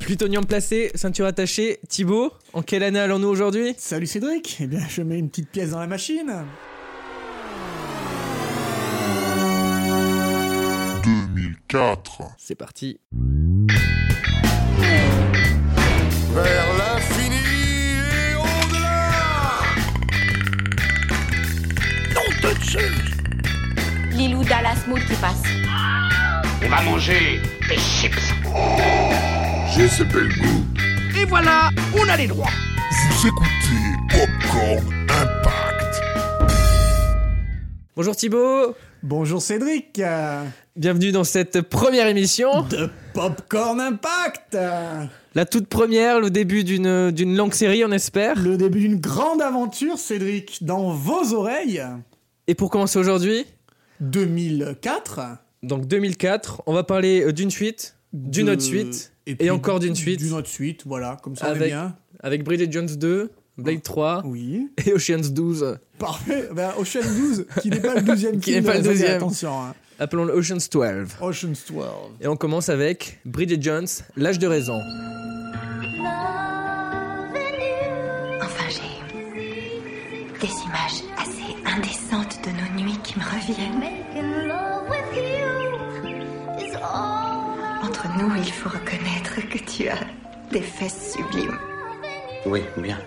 Plutonium placé, ceinture attachée. Thibaut, en quelle année allons-nous aujourd'hui Salut Cédric, eh bien je mets une petite pièce dans la machine. 2004. C'est parti. Vers l'infini et au-delà Lilou Dallas Mood qui passe. On va manger des chips. J'ai ce bel goût. Et voilà, on a les droits. Vous écoutez Popcorn Impact. Bonjour Thibaut, Bonjour Cédric, euh, bienvenue dans cette première émission. de Popcorn Impact. euh, La toute première, le début d'une d'une longue série, on espère. Le début d'une grande aventure Cédric, dans vos oreilles. Et pour commencer aujourd'hui, 2004. donc 2004, on va parler euh, d'une suite, d'une de- autre suite, Euh, puis encore d'une suite. D'une autre suite, voilà, comme ça on est Avec- bien. avec Bridget Jones 2, Blade 3 Oui. et Oceans 12. Parfait. Ben, Ocean 12, qui n'est pas le deuxième Qui film n'est pas de la le saga, deuxième. Attention, hein. Appelons-le Oceans 12. Ocean's 12. Et on commence avec Bridget Jones, l'âge de raison. Enfin, j'ai des images assez indécentes de nos nuits qui me reviennent. Entre nous, il faut reconnaître que tu as des fesses sublimes. Oui, bien.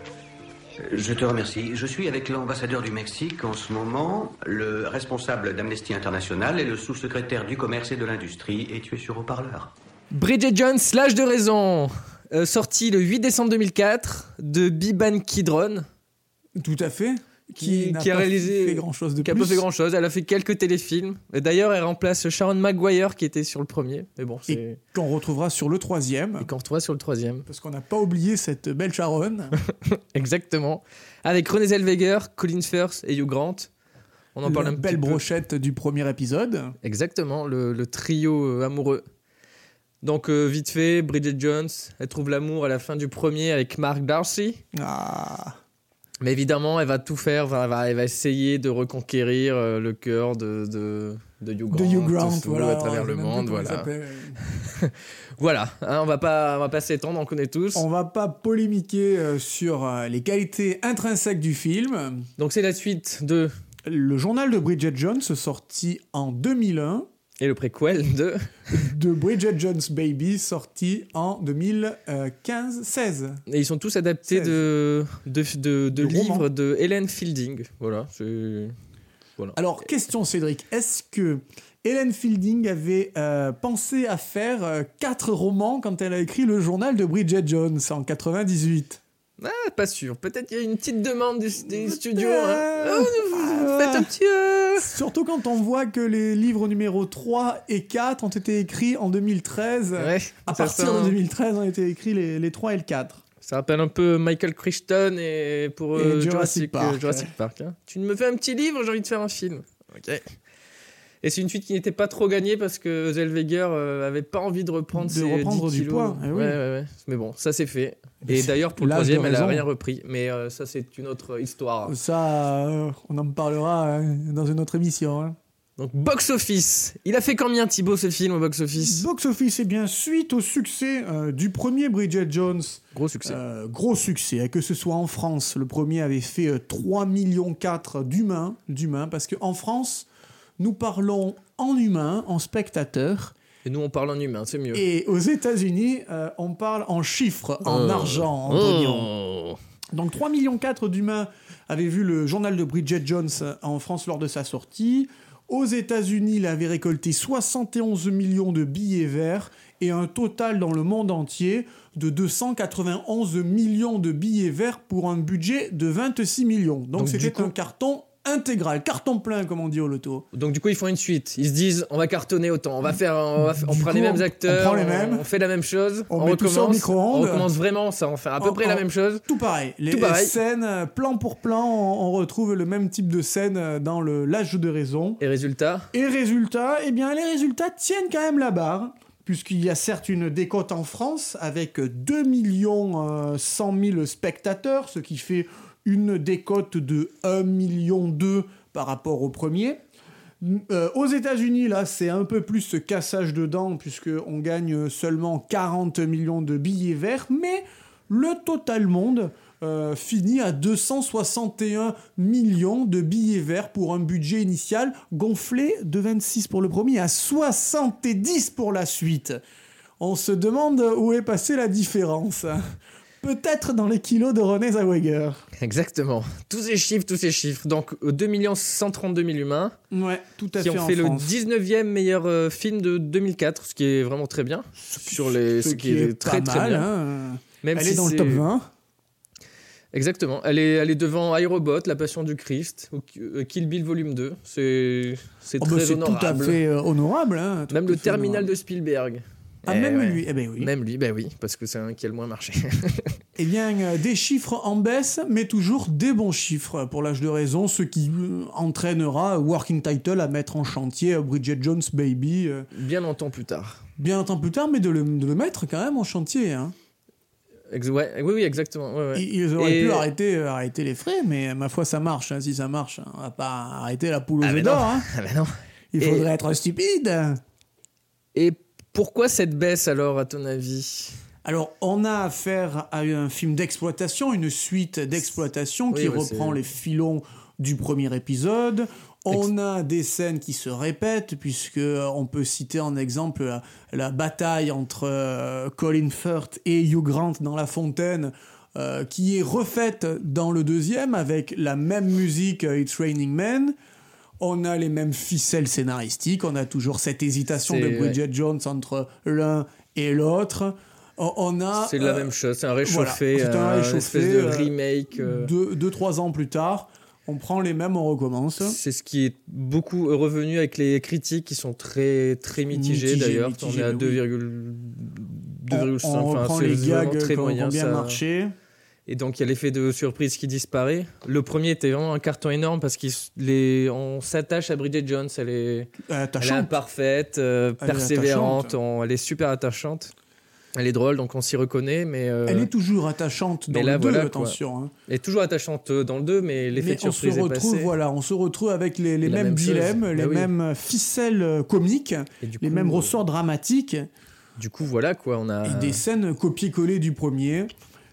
Je te remercie. Je suis avec l'ambassadeur du Mexique en ce moment, le responsable d'Amnesty International et le sous-secrétaire du commerce et de l'industrie, et tu es sur haut-parleur. Bridget Jones, l'âge de raison. Euh, sorti le 8 décembre 2004 de Biban Kidron, Tout à fait. Qui- n'a qui a pas réalisé- fait grand chose de qui a plus. pas fait grand chose. Elle a fait quelques téléfilms. Et D'ailleurs, elle remplace Sharon Maguire qui était sur le premier. Mais bon, Et c'est. qu'on retrouvera sur le troisième. Et qu'on retrouve sur le troisième. Parce qu'on n'a pas oublié cette belle charonne. Exactement. Avec René Zellweger, Colin Firth et Hugh Grant. On en parle la un petit belle peu. brochette du premier épisode. Exactement, le, le trio euh, amoureux. Donc, euh, vite fait, Bridget Jones, elle trouve l'amour à la fin du premier avec Mark Darcy. Ah, Mais évidemment, elle va tout faire, enfin, elle, va, elle va essayer de reconquérir euh, le cœur de, de, de Hugh Grant, de Hugh Grant, sous l'eau, voilà. à travers on le sait même plus monde. comment il Voilà, s'appelle. voilà hein, on va pas, on va pas s'étendre, on connaît tous. On va pas polémiquer euh, sur euh, les qualités intrinsèques du film. Donc, c'est la suite de. Le journal de Bridget Jones, sorti en 2001, Et le préquel de. de Bridget Jones Baby, sorti en 2015-16. Et ils sont tous adaptés Seize. de, de, de, de Du roman. livres de Helen Fielding. Voilà, c'est. Alors, question Cédric, est-ce que Helen Fielding avait euh, pensé à faire euh, quatre romans quand elle a écrit le journal de Bridget Jones en 98 Ah, pas sûr. Peut-être qu'il y a une petite demande des, des Peut-être. Ah. studios. hein. Oh, nous- faites un petit. euh. Surtout quand on voit que les livres numéro 3 et 4 ont été écrits en 2013. Ouais, à ça hein. partir ressemble- de 2013 ont été écrits les, les 3 et le 4. Ça rappelle un peu Michael Crichton et pour Et euh, Jurassic, Jurassic Park, euh, Jurassic Park, hein. Tu me fais un petit livre, j'ai envie de faire un film. Ok. Et c'est une suite qui n'était pas trop gagnée parce que Zellweger euh, avait pas envie de reprendre De ses reprendre 10 du kilos. poids, eh oui. Ouais, ouais, ouais. Mais bon, ça c'est fait. Mais Et c'est d'ailleurs pour le l'âge de troisième, elle a raison. rien repris. Mais euh, ça c'est une autre histoire. Ça, euh, on en parlera euh, dans une autre émission. hein. Donc box office. Il a fait combien Thibaut ce film au box office Box Office, eh bien, suite au succès euh, du premier Bridget Jones, Gros succès. euh, gros succès, hein, que ce soit en France, le premier avait fait euh, 3,4 millions d'humains, d'humains, parce qu'en France, nous parlons en humains, en spectateurs, Et nous on parle en humain, c'est mieux. et aux États-Unis, euh, on parle en chiffres, en Oh. argent, en pognon. Oh. Donc 3,4 millions d'humains avaient vu le journal de Bridget Jones en France lors de sa sortie. Aux États-Unis, il avait récolté 71 millions de billets verts et un total dans le monde entier de 291 millions de billets verts pour un budget de 26 millions. Donc Donc, du c'était coup- un carton intégral, carton plein comme on dit au loto. Donc du coup ils font une suite. Ils se disent on va cartonner autant, on va faire, on, va f- on Du prend coup, les mêmes on- on acteurs, prend les mêmes. on fait la même chose, On met tout ça au micro-ondes. Oh, on recommence vraiment ça, on fait à peu On- près la on- même chose. Tout pareil, les Tout pareil. scènes, euh, plan pour plan, on, on retrouve le même type de scène euh, dans le L'âge de raison. Et résultat, Et résultat, eh bien, les résultats tiennent quand même la barre, puisqu'il y a certes une décote en France avec 2 millions 100 000 spectateurs, ce qui fait une décote de 1 million 2 par rapport au premier. Euh, aux États-Unis, là, c'est un peu plus ce cassage de dents, puisqu'on gagne seulement 40 millions de billets verts, mais le total monde euh, finit à 261 millions de billets verts pour un budget initial gonflé de 26 pour le premier à 70 pour la suite. On se demande où est passée la différence. Peut-être dans les kilos de René Zellweger. Exactement. Tous ces chiffres, tous ces chiffres. Donc, euh, 2 132 000 humains Ouais, tout à qui fait ont en fait le France. 19e meilleur euh, film de 2004, ce qui est vraiment très bien. Sur les, Ce qui est très pas très mal, bien. hein. Même Elle si est dans le c'est- top 20. Exactement. Elle est, elle est devant iRobot, La Passion du Christ, ou Ki- euh, Kill Bill Volume 2. C'est c'est Oh, bah, très c'est tout honorable. à fait euh, honorable. hein, tout Même à le fait terminal honorable. de Spielberg. Ah, Eh même ouais. lui. Eh ben oui. Même lui, bah oui, parce que c'est un qui a le moins marché. Eh bien, euh, des chiffres en baisse, mais toujours des bons chiffres pour l'âge de raison, ce qui euh, entraînera Working Title à mettre en chantier euh, Bridget Jones Baby euh, bien longtemps plus tard. bien longtemps plus tard, mais de le, de le mettre quand même en chantier. hein. Ex- ouais, oui, oui, exactement. ouais, ouais. Ils, ils auraient Et- pu arrêter, euh, arrêter les frais, mais euh, ma foi, ça marche. hein, si ça marche, hein. on va pas arrêter la poule aux Ah, mais œufs d'or. non. hein. Ah bah non. Il Et- faudrait être stupide. Et pourquoi cette baisse alors, à ton avis Alors, on a affaire à un film d'exploitation, une suite d'exploitation Oui, qui ouais, reprend c'est- les filons du premier épisode. On Ex- a des scènes qui se répètent, puisque euh, on peut citer en exemple la, la bataille entre euh, Colin Firth et Hugh Grant dans la fontaine, euh, qui est refaite dans le deuxième avec la même musique euh, It's Raining Men. On a les mêmes ficelles scénaristiques, on a toujours cette hésitation de C'est- Bridget Jones entre l'un et l'autre. On- On a C'est la euh, même chose, c'est un voilà, réchauffé, c'est un euh, une réchauffé, espèce de euh, remake. euh, deux, deux, trois ans plus tard, on prend les mêmes, on recommence. C'est ce qui est beaucoup revenu avec les critiques qui sont très très mitigées Mitigées, d'ailleurs. On est mitigées, bah à mais 2,5. on, on reprend les gags qui ont bien marché. Euh, Et donc il y a l'effet de surprise qui disparaît. Le premier était vraiment un carton énorme parce qu'on s'attache à Bridget Jones. Elle est, Euh, elle est Attachante. imparfaite, euh, Elle est persévérante, attachante. on- elle est super attachante. Elle est drôle, donc on s'y reconnaît, mais euh, Elle est toujours attachante dans mais là, le deux, voilà, quoi. attention. hein. elle est toujours attachante euh, dans le 2, mais l'effet Mais de on se surprise est retrouve, passé. voilà, on se retrouve avec les, les La mêmes même chose. dilemmes, Bah les oui. mêmes ficelles euh, comiques, Et du les coup, mêmes ressorts dramatiques Du coup, voilà quoi, on a. et des scènes copier-coller du premier,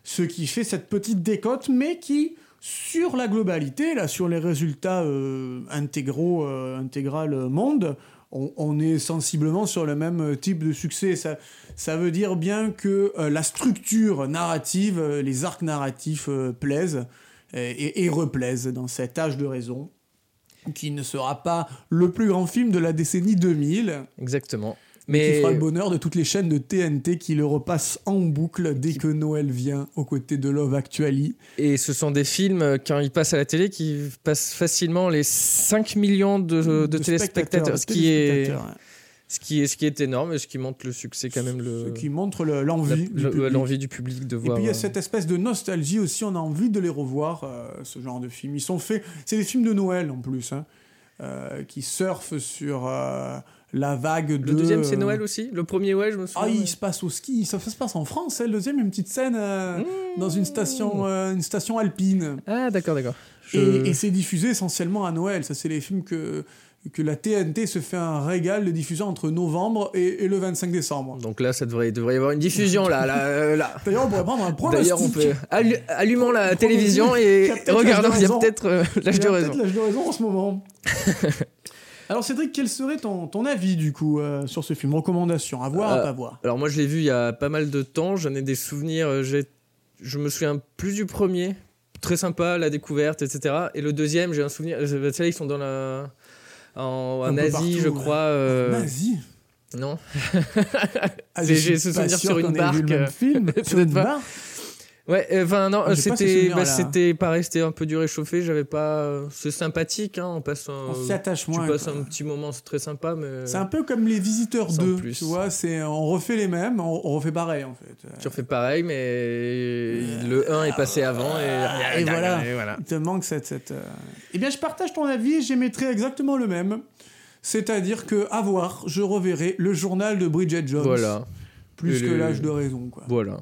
ce qui fait cette petite décote, mais qui sur la globalité, là, sur les résultats euh, intégraux, euh, intégral euh, monde, on, on est sensiblement sur le même euh, type de succès. Ça, ça veut dire bien que euh, la structure narrative, euh, les arcs narratifs euh, plaisent et, et- et replaisent dans cet âge de raison, qui ne sera pas le plus grand film de la décennie 2000 Exactement. qui Mais fera le bonheur de toutes les chaînes de TNT qui le repassent en boucle dès que Noël vient aux côtés de Love Actually. et ce sont des films euh, quand ils passent à la télé qui passent facilement les 5 millions de, Euh, de téléspectateurs, de ce qui est téléspectateurs, hein. ce qui est ce qui est énorme et ce qui montre le succès quand même le ce qui montre le- la- l'envie. du le- public. l'envie du public de Et voir. puis il y a euh, cette espèce de nostalgie aussi, on a envie de les revoir, euh, ce genre de films. Ils sont faits, c'est des films de Noël en plus, hein, euh, qui surfent sur euh, la vague de. Le deuxième c'est Noël aussi. Le premier ouais, je me souviens. euh, Ah, il se passe au ski, ça, ça se passe en France. hein. Le deuxième, une petite scène Mmh. euh, dans une station, euh, une station alpine. Ah, d'accord d'accord. Je- Et, et c'est diffusé essentiellement à Noël. Ça, c'est les films que, que la TNT se fait un régal de diffuser entre novembre et, et le 25 décembre. Donc là ça devrait il devrait y avoir une diffusion là là euh, là. D'ailleurs, on pourrait prendre un pronostic. D'ailleurs, on peut allu- allumons la Pronostic. télévision Il y et a peut-être regardons, l'âge de il y a raison. peut-être euh, l'âge Il y de a raison. peut-être l'âge de raison en ce moment. Alors, Cédric, quel serait ton, ton avis, du coup, euh, sur ce film Recommandation À voir, à Euh, pas voir Alors moi je l'ai vu il y a pas mal de temps, j'en ai des souvenirs, euh, j'ai- je me souviens plus du premier, très sympa, la découverte, etc. Et le deuxième, j'ai un souvenir, euh, c'est là ils sont dans la... En, Un en peu Asie, partout, je ouais. crois. euh, Vas-y. non Ah, c'est- je suis j'ai ce pas souvenir sûr sur qu'on une ait vu le barque, même euh, film, sur peut-être une pas. barque. Ouais, euh, enfin, non, euh, J'ai pas ce c'était souvenir-là. bah, c'était pareil, c'était un peu du réchauffé, j'avais pas. euh, C'est sympathique, hein, on passe un. On s'y attache tu moins. passes quoi. un petit moment, c'est très sympa, mais. C'est un peu comme les Visiteurs Sans 2, plus. tu vois. c'est- On refait les mêmes, on, on refait pareil, en fait. Tu refais pareil, mais le 1 est passé avant et, Et voilà. Il te manque cette. cette euh, Eh bien, je partage ton avis et j'émettrai exactement le même. C'est-à-dire que, à voir, je reverrai le journal de Bridget Jones. Voilà, Plus Et que le- l'âge de raison, quoi. voilà.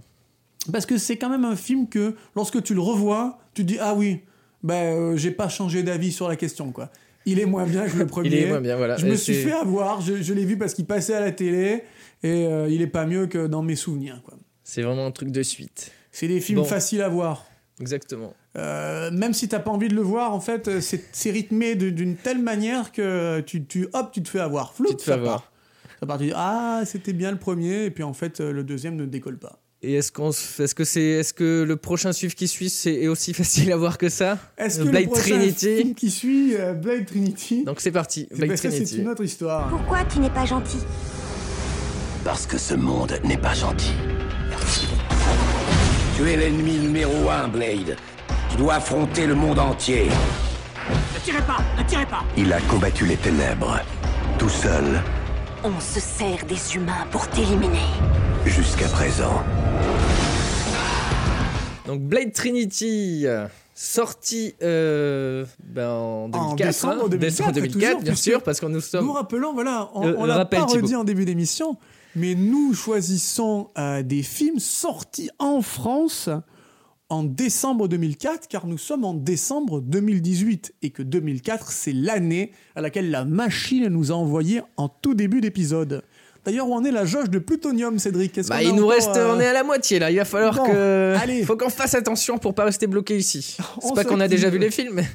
Parce que c'est quand même un film que, lorsque tu le revois, tu te dis Ah oui, ben, euh, j'ai pas changé d'avis sur la question, quoi. Il est moins bien que le premier. Il est moins bien, voilà. Je Et me suis c'est- fait avoir, je, je l'ai vu parce qu'il passait à la télé et euh, il est pas mieux que dans mes souvenirs. quoi. C'est vraiment un truc de suite. C'est des films Bon. faciles à voir. Exactement. Euh, même si t'as pas envie de le voir, en fait, euh, c'est c'est rythmé de- d'une telle manière que tu, tu hop, tu te fais avoir. Floup, Tu te fais ça avoir. part. Ça part, tu dis ah c'était bien le premier et puis en fait euh, le deuxième ne décolle pas. Et est-ce qu'on se- est-ce que c'est est-ce que le prochain suivre qui suit c'est est aussi facile à voir que ça Est-ce que Euh, Blade le prochain Trinity. film qui suit euh, Blade Trinity Donc c'est parti, C'est- Blade bah, ça, c'est Trinity. une autre histoire. Pourquoi tu n'es pas gentil Parce que ce monde n'est pas gentil. Tu es l'ennemi numéro un, Blade. Tu dois affronter le monde entier. Ne tirez pas, ne tirez pas Il a combattu les ténèbres, tout seul, On se sert des humains pour t'éliminer. jusqu'à présent. Donc Blade Trinity euh, sorti euh, ben, en 2004, décembre hein, 2004, en 2004, toujours, bien puisque sûr, parce que nous sommes Nous rappelons, voilà, on, Euh, on l'a rappelle, pas redit Thibaut. en début d'émission, mais nous choisissons euh, des films sortis en France en décembre 2004, car nous sommes en décembre 2018, et que 2004, c'est l'année à laquelle la machine nous a envoyé en tout début d'épisode. D'ailleurs, où en est la jauge de plutonium, Cédric Qu'est-ce Bah, qu'on a il nous encore, reste, euh, on est à la moitié là. Il va falloir Bon, que, allez. faut qu'on fasse attention pour pas rester bloqué ici. On C'est pas qu'on a s'active. déjà vu les films. mais-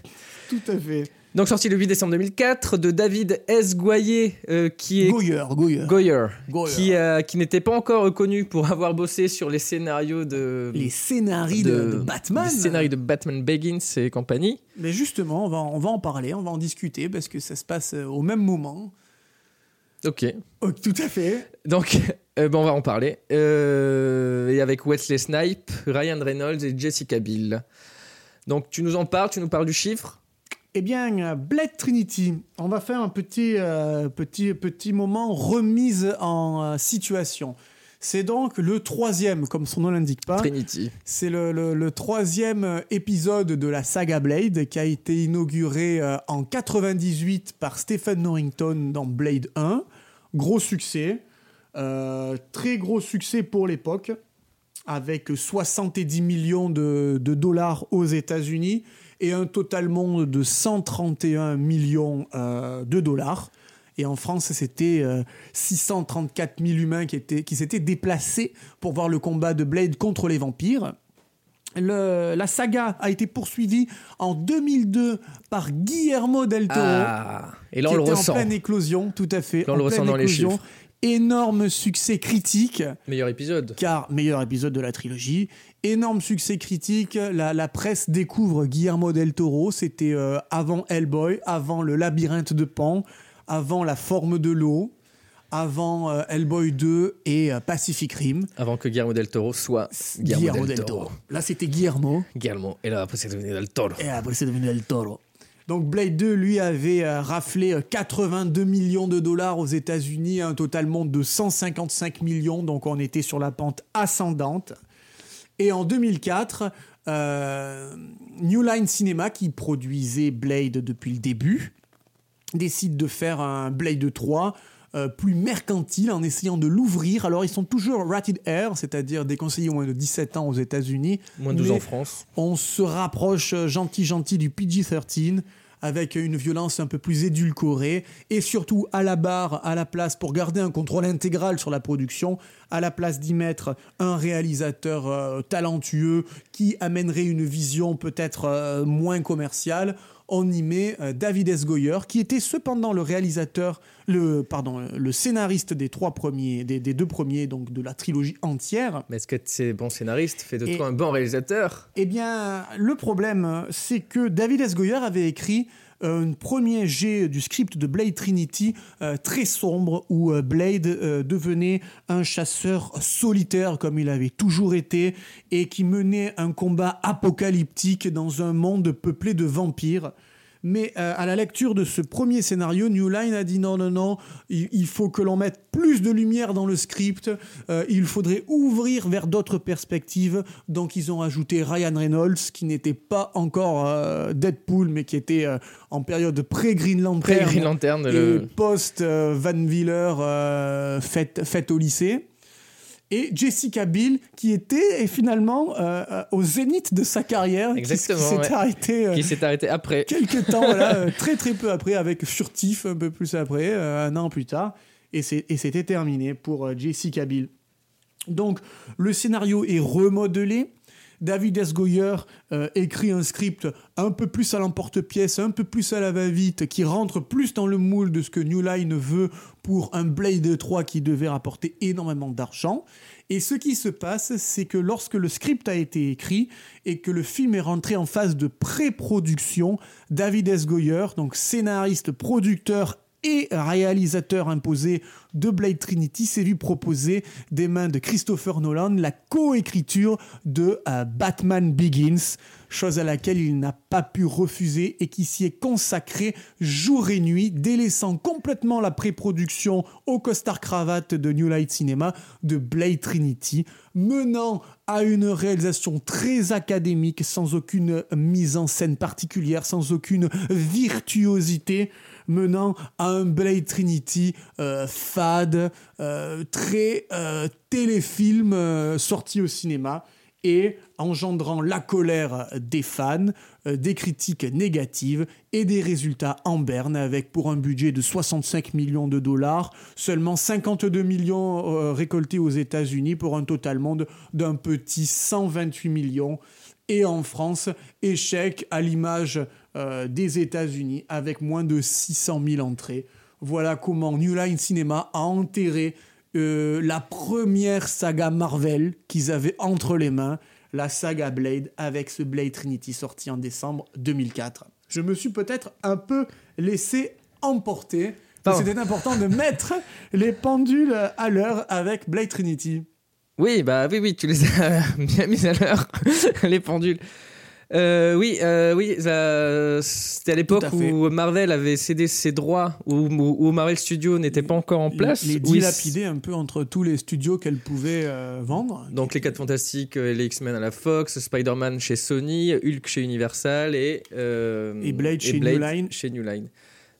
Tout à fait. Donc sorti le 8 décembre 2004 de David S. Goyer, euh, qui est Goyer, Goyer. Goyer, Goyer. qui, euh, qui n'était pas encore reconnu pour avoir bossé sur les scénarios de Les scénarios de, de Batman. les scénarios de Batman Begins et compagnie. Mais justement, on va, on va en parler, on va en discuter, parce que ça se passe euh, au même moment. Ok. Oh, tout à fait. Donc, euh, ben, on va en parler. Euh, et avec Wesley Snipe, Ryan Reynolds et Jessica Biel. Donc, tu nous en parles, tu nous parles du chiffre. Eh bien, euh, Blade Trinity, on va faire un petit, euh, petit, petit moment remise en euh, situation. C'est donc le troisième, comme son nom l'indique pas. Trinity. C'est le, le- le troisième euh, épisode de la saga Blade qui a été inauguré euh, en 98 par Stephen Norrington dans Blade 1. Gros succès, euh, très gros succès pour l'époque, avec 70 millions de, de dollars aux États-Unis et un total monde de 131 millions euh, de dollars. Et en France, c'était euh, 634 000 humains qui, étaient, qui s'étaient déplacés pour voir le combat de Blade contre les vampires. Le- la saga a été poursuivie en 2002 par Guillermo del Toro Ah, et là, on qui le était ressent. en pleine éclosion, tout à fait. Là, on en le ressent pleine dans les éclosion. chiffres. Énorme succès critique, Meilleur épisode. car meilleur épisode de la trilogie. Énorme succès critique, la, la presse découvre Guillermo del Toro, c'était euh, avant Hellboy, avant le labyrinthe de Pan, avant la forme de l'eau, avant euh, Hellboy 2 et euh, Pacific Rim. Avant que Guillermo del Toro soit Guillermo, del, Toro. Là, c'était Guillermo. Guillermo. Et là, après, c'est devenu del Toro. Et après, c'est devenu Del Toro. Donc Blade 2, lui, avait euh, raflé euh, 82 millions de dollars aux États-Unis, un total monde de 155 millions, donc on était sur la pente ascendante. Et en 2004, euh, New Line Cinema, qui produisait Blade depuis le début, décide de faire un Blade 3 euh, plus mercantile en essayant de l'ouvrir. Alors ils sont toujours rated R, c'est-à-dire déconseillés au moins de 17 ans aux États-Unis. Moins 12 mais en France. on se rapproche euh, gentil gentil du PG-13 avec une violence un peu plus édulcorée et surtout à la barre, à la place, pour garder un contrôle intégral sur la production, à la place d'y mettre un réalisateur euh, talentueux qui amènerait une vision peut-être euh, moins commerciale, on y met euh, David S. Goyer qui était cependant le réalisateur, le, pardon, le scénariste des trois premiers, des, des deux premiers, donc de la trilogie entière. Mais est-ce que c'est bon scénariste fait de Et- toi un bon réalisateur Eh bien, le problème, c'est que David S. Goyer avait écrit euh, un premier jet du script de Blade Trinity euh, très sombre où euh, Blade euh, devenait un chasseur solitaire comme il avait toujours été et qui menait un combat apocalyptique dans un monde peuplé de vampires. Mais euh, à la lecture de ce premier scénario, New Line a dit non, non, non, il, il faut que l'on mette plus de lumière dans le script, euh, il faudrait ouvrir vers d'autres perspectives. Donc ils ont ajouté Ryan Reynolds, qui n'était pas encore euh, Deadpool, mais qui était euh, en période pré-Green Lantern. Après Green Lantern, Et le... post euh, Van Wheeler euh, fête, fête au lycée. et Jessica Biel, qui était et finalement euh, euh, au zénith de sa carrière, qui- Exactement, qui, s'est ouais. arrêtée euh, qui s'est arrêté après. quelques temps, voilà, euh, très très peu après, avec Furtif, un peu plus après, euh, un an plus tard, et c'est- et c'était terminé pour euh, Jessica Biel. Donc, le scénario est remodelé. David S. Goyer euh, écrit un script un peu plus à l'emporte-pièce, un peu plus à la va-vite, qui rentre plus dans le moule de ce que New Line veut pour un Blade 3 qui devait rapporter énormément d'argent. Et ce qui se passe, c'est que lorsque le script a été écrit et que le film est rentré en phase de pré-production, David S. Goyer, donc scénariste, producteur et réalisateur imposé de Blade Trinity s'est vu proposer des mains de Christopher Nolan la coécriture de euh, Batman Begins, chose à laquelle il n'a pas pu refuser et qui s'y est consacré jour et nuit, délaissant complètement la pré-production au costard-cravate de New Light Cinema de Blade Trinity, menant à une réalisation très académique, sans aucune mise en scène particulière, sans aucune virtuosité, menant à un Blade Trinity euh, fade, euh, très euh, téléfilm euh, sorti au cinéma et engendrant la colère des fans, euh, des critiques négatives et des résultats en berne avec pour un budget de 65 millions de dollars, seulement 52 millions euh, récoltés aux États-Unis pour un total monde d'un petit 128 millions et en France, échec à l'image euh, des États-Unis avec moins de 600 000 entrées. Voilà comment New Line Cinema a enterré euh, la première saga Marvel qu'ils avaient entre les mains, la saga Blade, avec ce Blade Trinity sorti en décembre 2004. Je me suis peut-être un peu laissé emporter. mais Pardon. C'était important de mettre les pendules à l'heure avec Blade Trinity. Oui, bah oui, oui, tu les as bien mis à l'heure, les pendules. Euh, oui, euh, oui, ça- c'était à l'époque Tout à fait. où Marvel avait cédé ses droits, où, où- où Marvel Studios n'était pas encore en place. Les où ils- dilapidés un peu entre tous les studios qu'elle pouvait euh, vendre. Donc les 4 Fantastiques, euh, les X-Men à la Fox, Spider-Man chez Sony, Hulk chez Universal et, euh, Et Blade chez New Line. chez New Line.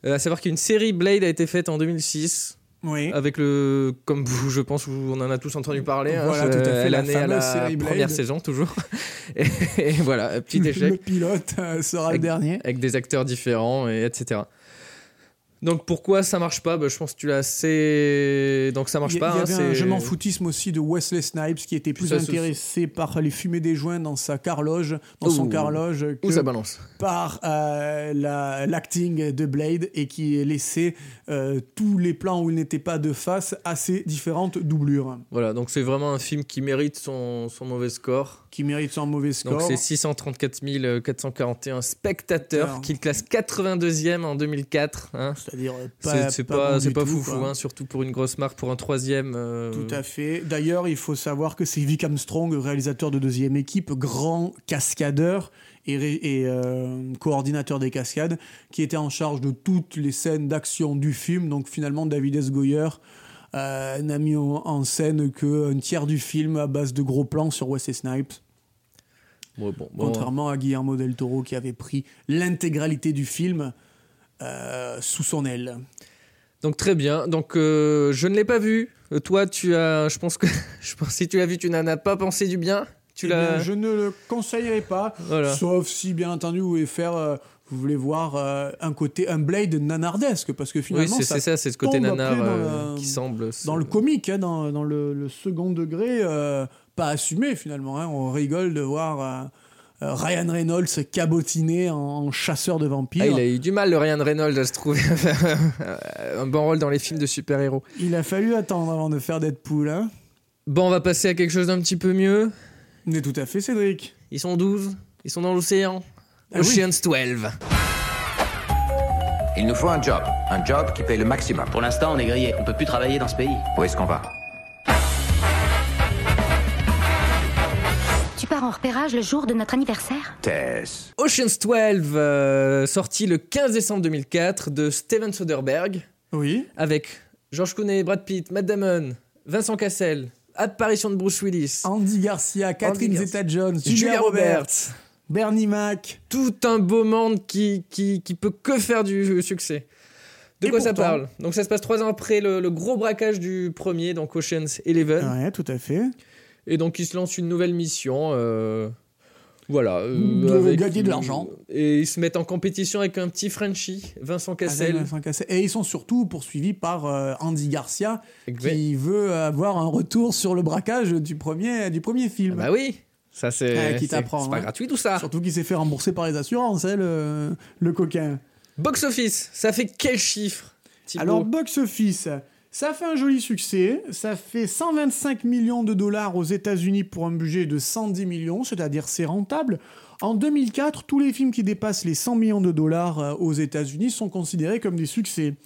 Euh, à savoir qu'une série Blade a été faite en 2006 Oui. avec le, comme vous, je pense, vous- on en a tous entendu parler. hein, Voilà, je- tout à fait, la L'année à la fameuse série Blade. première saison toujours. et, et voilà, euh, petit Le- échec Le pilote euh, sera le Avec- dernier. avec des acteurs différents et etc. Donc pourquoi ça marche pas Bah, Je pense que tu l'as assez. Donc ça marche Il y, a- pas. il y hein, avait un c'est- je m'en foutisme aussi de Wesley Snipes qui était plus Ça, c'est- intéressé par les fumées des joints dans sa carloge, dans son Ouh. carloge, Où que ça balance par euh, la- l'acting de Blade et qui laissait euh, tous les plans où il n'était pas de face à ses différentes doublures, hein, Voilà, donc c'est vraiment un film qui mérite son, son mauvais score. qui mérite son mauvais score. Donc c'est 634 441 spectateurs Spectateurs. qui le classe 82e en 2004. hein. C'est-à-dire euh, C'est pas, c'est pas pas, bon c'est du pas tout, foufou, quoi. hein, surtout pour une grosse marque, pour un troisième. euh, Tout à fait. D'ailleurs, il faut savoir que c'est Vic Armstrong, réalisateur de deuxième équipe, grand cascadeur et, ré- et, euh, coordinateur des cascades, qui était en charge de toutes les scènes d'action du film. Donc finalement, David S. Goyer euh, n'a mis en, en scène qu'un tiers du film à base de gros plans sur Wesley Snipes. Bon, bon, bon. Contrairement à Guillermo del Toro qui avait pris l'intégralité du film euh, sous son aile. Donc très bien. Donc euh, je ne l'ai pas vu. Euh, toi, tu as. Je pense que je pense, si tu l'as vu, tu n'en as pas pensé du bien. Tu Eh bien, l'as. Je ne le conseillerais pas, Voilà. sauf si bien entendu vous voulez faire, euh, vous voulez voir euh, un côté un Blade nanardesque, parce que Oui, finalement c'est ça, c'est ça, c'est ce côté tombe nanar après dans euh, la- qui semble. se- dans le comique, hein, dans, dans le, le second degré, euh, pas assumé finalement. hein. on rigole de voir euh, euh, Ryan Reynolds cabotiner en, en chasseur de vampires. Ah, il a eu du mal, le Ryan Reynolds, à se trouver à faire un bon rôle dans les films de super-héros. Il a fallu attendre avant de faire Deadpool. Hein. Bon, on va passer à quelque chose d'un petit peu mieux. Mais tout à fait, Cédric. Ils sont 12, ils sont dans l'océan. Ah oui. Ocean's 12. Il nous faut un job. Un job qui paye le maximum. Pour l'instant, on est grillé. On peut plus travailler dans ce pays. Où est-ce qu'on va Tu pars en repérage le jour de notre anniversaire Tess. Ocean's 12, euh, sorti le 15 décembre 2004 de Steven Soderbergh, Oui. avec George Clooney, Brad Pitt, Matt Damon, Vincent Cassel, apparition de Bruce Willis, Andy Garcia, Catherine Garcia. Zeta-Jones, Julia Roberts. Bernie Mac. Tout un beau monde qui, qui, qui peut que faire du succès. De Et quoi ça pourtant- parle Donc ça se passe trois ans après le, le gros braquage du premier, donc Ocean's Eleven. Ouais, tout à fait. Et donc il se lance une nouvelle mission. euh, Voilà. euh, De gagner de l'argent. Et ils se mettent en compétition avec un petit Frenchie, Vincent Cassel. Avec Vincent Cassel. Et ils sont surtout poursuivis par euh, Andy Garcia, Exact. qui veut avoir un retour sur le braquage du premier, du premier Ah film. bah oui, ça c'est. Ouais, qui c'est- t'apprend, C'est pas hein. gratuit tout ça. Surtout qu'il s'est fait rembourser par les assurances, hein, le, le coquin. Box office, ça fait quel chiffre Thibaut Alors, box office, ça fait un joli succès. Ça fait 125 millions de dollars aux États-Unis pour un budget de 110 millions, c'est-à-dire c'est rentable. En 2004, tous les films qui dépassent les 100 millions de dollars euh, aux États-Unis sont considérés comme des succès.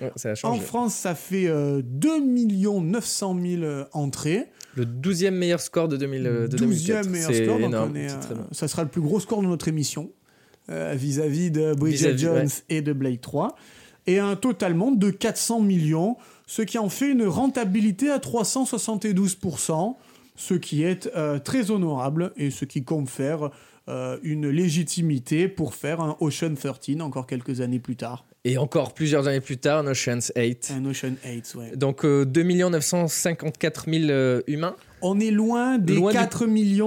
Ouais, ça a En changé. France, ça fait euh, 2 900 000 euh, entrées. Le 12e meilleur score de, 2000, euh, de 12e 2004. meilleur c'est score, donc énorme. on est, c'est euh, très bien. ça sera le plus gros score de notre émission euh, vis-à-vis de Bridget Vis-à-vis, Jones ouais. et de Blade 3. Et un total monde de 400 millions, ce qui en fait une rentabilité à 372%, ce qui est euh, très honorable et ce qui confère euh, une légitimité pour faire un Ocean 13 encore quelques années plus tard. Et encore plusieurs années plus tard, un Ocean's 8. Un Ocean 8, ouais. Donc euh, 2 954 000 euh, humains. On est loin des Loin du- 4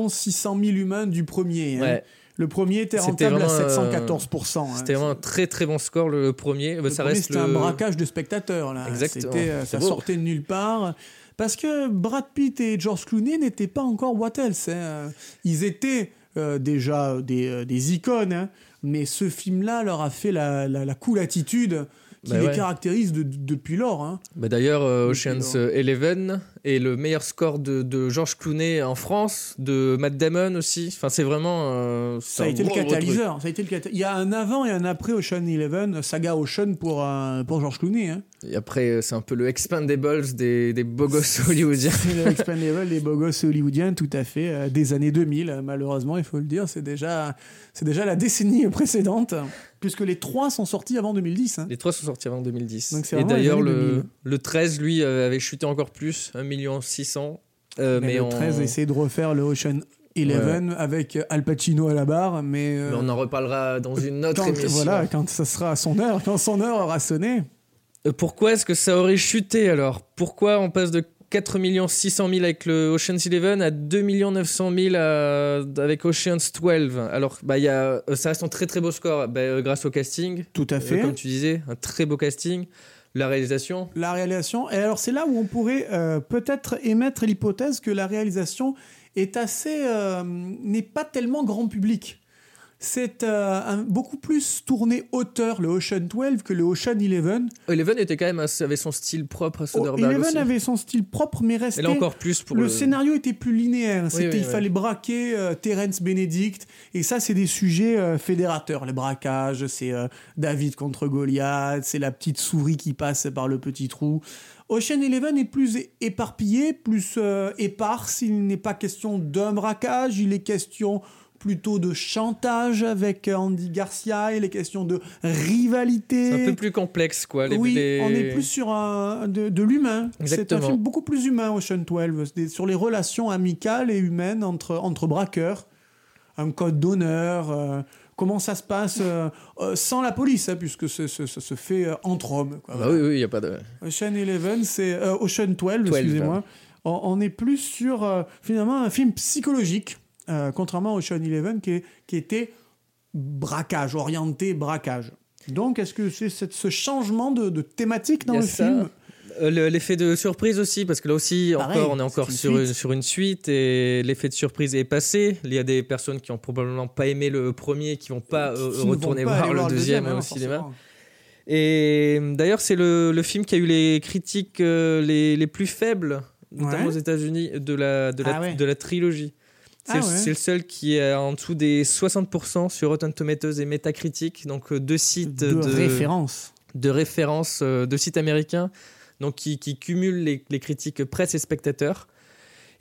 600 000 humains du premier. hein. Ouais. Le premier était C'était rentable à vraiment, euh, 714%. hein. C'était vraiment un très très bon score le, le premier. Bah, Le ça premier, reste c'était le... un braquage de spectateurs. Là. Exactement. C'était, euh, C'est ça beau. sortait de nulle part. Parce que Brad Pitt et George Clooney n'étaient pas encore what else. hein. Ils étaient euh, déjà des, euh, des icônes, hein, mais ce film-là leur a fait la, la, la cool attitude qui Bah les ouais. caractérise de- de- depuis lors. hein. Bah, D'ailleurs, euh, Depuis Ocean's lors. euh, Eleven et le meilleur score de, de George Clooney en France, de Matt Damon aussi. Enfin, c'est vraiment. euh, c'est Ça a un été le gros, gros catalyseur. Ça a été le cata- Il y a un avant et un après Ocean Eleven, saga Ocean pour, euh, pour George Clooney. hein. truc. Et après, euh, c'est un peu le Expendables des, des beaux gosses hollywoodiens. C'est le Expandable des beaux gosses hollywoodiens, tout à fait, euh, des années 2000, euh, malheureusement, il faut le dire. C'est déjà, c'est déjà la décennie précédente, puisque les trois sont sortis avant 2010. hein. Les trois sont sortis avant 2010. Donc, c'est et vraiment les d'ailleurs, années le, 2000. le 13, lui, euh, avait chuté encore plus, 1 million 600. euh, mais mais le on- 13 essaie de refaire le Ocean Eleven avec Al Pacino à la barre, mais, mais euh, on en reparlera dans une autre quand, émission. voilà, quand ça sera à son heure, quand son heure aura sonné. Euh, Pourquoi est-ce que ça aurait chuté alors Pourquoi on passe de 4 600 000 avec le Ocean's Eleven à 2 900 000 à- euh, avec Ocean's 12 Alors, bah, il y a, euh, ça reste un très très beau score bah, euh, grâce au casting, Tout à euh, fait. comme tu disais, un très beau casting, la réalisation. la réalisation. Et alors, c'est là où on pourrait euh, peut-être émettre l'hypothèse que la réalisation est assez. euh, n'est pas tellement grand public. C'est euh, un- beaucoup plus tourné auteur, le Ocean 12, que le Ocean 11. Eleven était quand même assez- avait son style propre à Oh, Soderbergh Eleven aussi. avait son style propre, mais Et restait. là encore plus pour le, le, scénario était plus linéaire. C'était, oui, il ouais. fallait braquer euh, Terence Benedict. Et ça, c'est des sujets euh, fédérateurs. Les braquages, c'est euh, David contre Goliath, c'est la petite souris qui passe par le petit trou. Ocean Eleven est plus é- éparpillé, plus euh, éparse. Il n'est pas question d'un braquage, il est question plutôt de chantage avec euh, Andy Garcia, il est question de rivalité. C'est un peu plus complexe, quoi. les- Oui, les- on est plus sur un, de, de l'humain. C'est un Exactement. film beaucoup plus humain, Ocean 12, c'est sur les relations amicales et humaines entre, entre braqueurs, un code d'honneur, euh, comment ça se passe euh, euh, sans la police, hein, puisque ce- ce- ce- se fait euh, entre hommes. quoi. Ah bah oui, oui, il n'y a pas de. Ocean 11, c'est euh, Ocean 12, 12, excusez-moi. On, on est plus sur euh, finalement un film psychologique, euh, contrairement à Ocean 11 qui, est- qui était braquage, orienté braquage. Donc, est-ce que c'est cette- ce changement de, de thématique dans Il y a le ça. film Euh, le- l'effet de surprise aussi, parce que là aussi, Pareil, encore, on est encore c'est sur, une suite. Une, sur une suite et l'effet de surprise est passé. Il y a des personnes qui ont probablement pas aimé le premier, qui vont pas euh, Qui ne vont retourner pas voir, aller le deuxième, hein, au cinéma. forcément. Et euh, d'ailleurs, c'est le, le film qui a eu les critiques euh, les, les plus faibles, notamment Ouais. aux États-Unis, de la, de, la, Ah ouais. de la trilogie. C'est Ah le- ouais. c'est le seul qui est en dessous des 60% sur Rotten Tomatoes et Metacritic, donc euh, deux sites De, référence. de références euh, de sites américains donc qui, qui cumulent les, les critiques presse et spectateurs.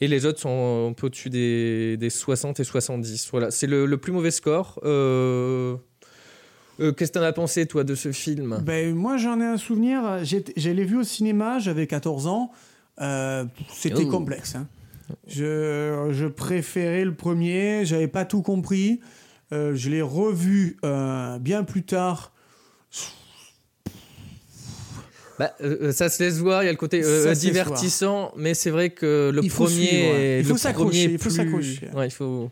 Et les autres sont euh, un peu au-dessus des, des 60 et 70. Voilà, c'est le, le plus mauvais score. Euh, euh, Qu'est-ce que t'en as pensé, toi, de ce film Ben, moi, j'en ai un souvenir. J'ai- Je l'ai vu au cinéma, j'avais 14 ans. Euh, C'était Oh. complexe. hein. Je, je préférais le premier, j'avais pas tout compris. Euh, je l'ai revu euh, bien plus tard. Bah, euh, ça se laisse voir, il y a le côté Ça euh, se laisse divertissant, mais c'est vrai que le Il faut premier. suivre, ouais. est- Il faut le s'accrocher, premier est il faut plus- s'accrocher. Ouais, il faut.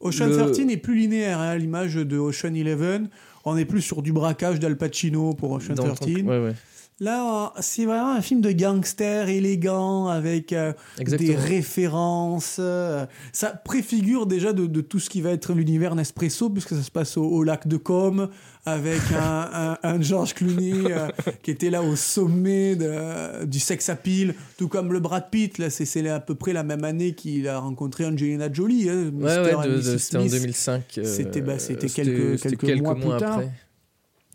Ocean Le- 13 est plus linéaire hein, à l'image de Ocean 11. On est plus sur du braquage d'Al Pacino pour Ocean dans le temps- 13. ouais, ouais. Là, on- c'est vraiment un film de gangster élégant avec euh, des Exactement. références. euh, ça préfigure déjà de, de tout ce qui va être l'univers Nespresso, puisque ça se passe au, au lac de Com, avec un, un, un George Clooney euh, qui était là au sommet de- du sex appeal, tout comme le Brad Pitt. Là, c'est- c'est à peu près la même année qu'il a rencontré Angelina Jolie. hein, Mr. Ouais, ouais, and de- de- Mrs. c'était en Smith. 2005. euh, C'était- bah, c'était c'était- quelques- c'était quelques mois plus tard.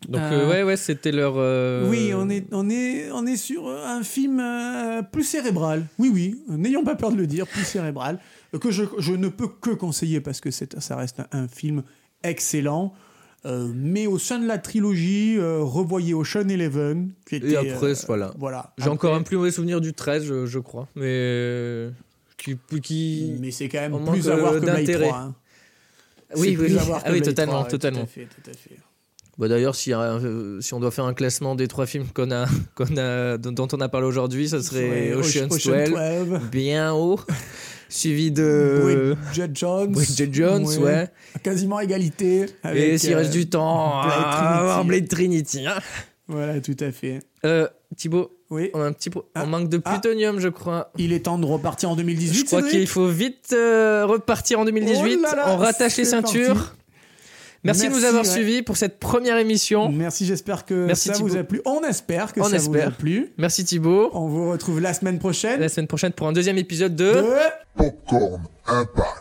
Donc, Euh, euh, ouais, ouais, c'était leur. euh, Oui, on est, on, est, on est sur un film euh, plus cérébral. Oui, oui, n'ayons pas peur de le dire, plus cérébral. euh, Que je, je ne peux que conseiller parce que c'est- ça reste un, un film excellent. Euh, mais au sein de la trilogie, euh, revoyez Ocean Eleven. Qui était, euh, Et après, voilà. voilà Ah, J'ai encore un plus mauvais souvenir du 13, je, je crois. Mais. euh, Qui. qui... Mais c'est quand même on manque, plus à voir euh, que Maï d'intérêt. 3. hein. Oui, C'est oui, plus oui. à voir que Ah oui, Maï totalement, 3, ouais, tout à totalement. fait, tout à fait. Bah, D'ailleurs, si, euh, si on doit faire un classement des trois films qu'on a, qu'on a, dont, dont on a parlé aujourd'hui, ça serait Ouais, Ocean's Ocean 12, 12, bien haut, suivi de. Bridget Jones. Euh, Bridget Jones, ouais. Quasiment égalité. Et avec, s'il reste euh, du temps, Blade Trinity. ah, Blade Trinity. hein. Voilà, tout à fait. Euh, Thibaut, Oui. on, a un petit pro- Ah. on manque de Ah. plutonium, je crois. Il est temps de repartir en 2018. Je crois Cédric qu'il faut vite euh, repartir en 2018. Oh là là, on rattache les c'est parti. ceintures. Merci, de nous Merci, avoir ouais. suivis pour cette première émission. Merci, j'espère que Merci, ça vous Thibaut. a plu. On espère que On ça espère. vous a plu. Merci Thibaut. On vous retrouve la semaine prochaine. La semaine prochaine pour un deuxième épisode de... De- Popcorn Impact.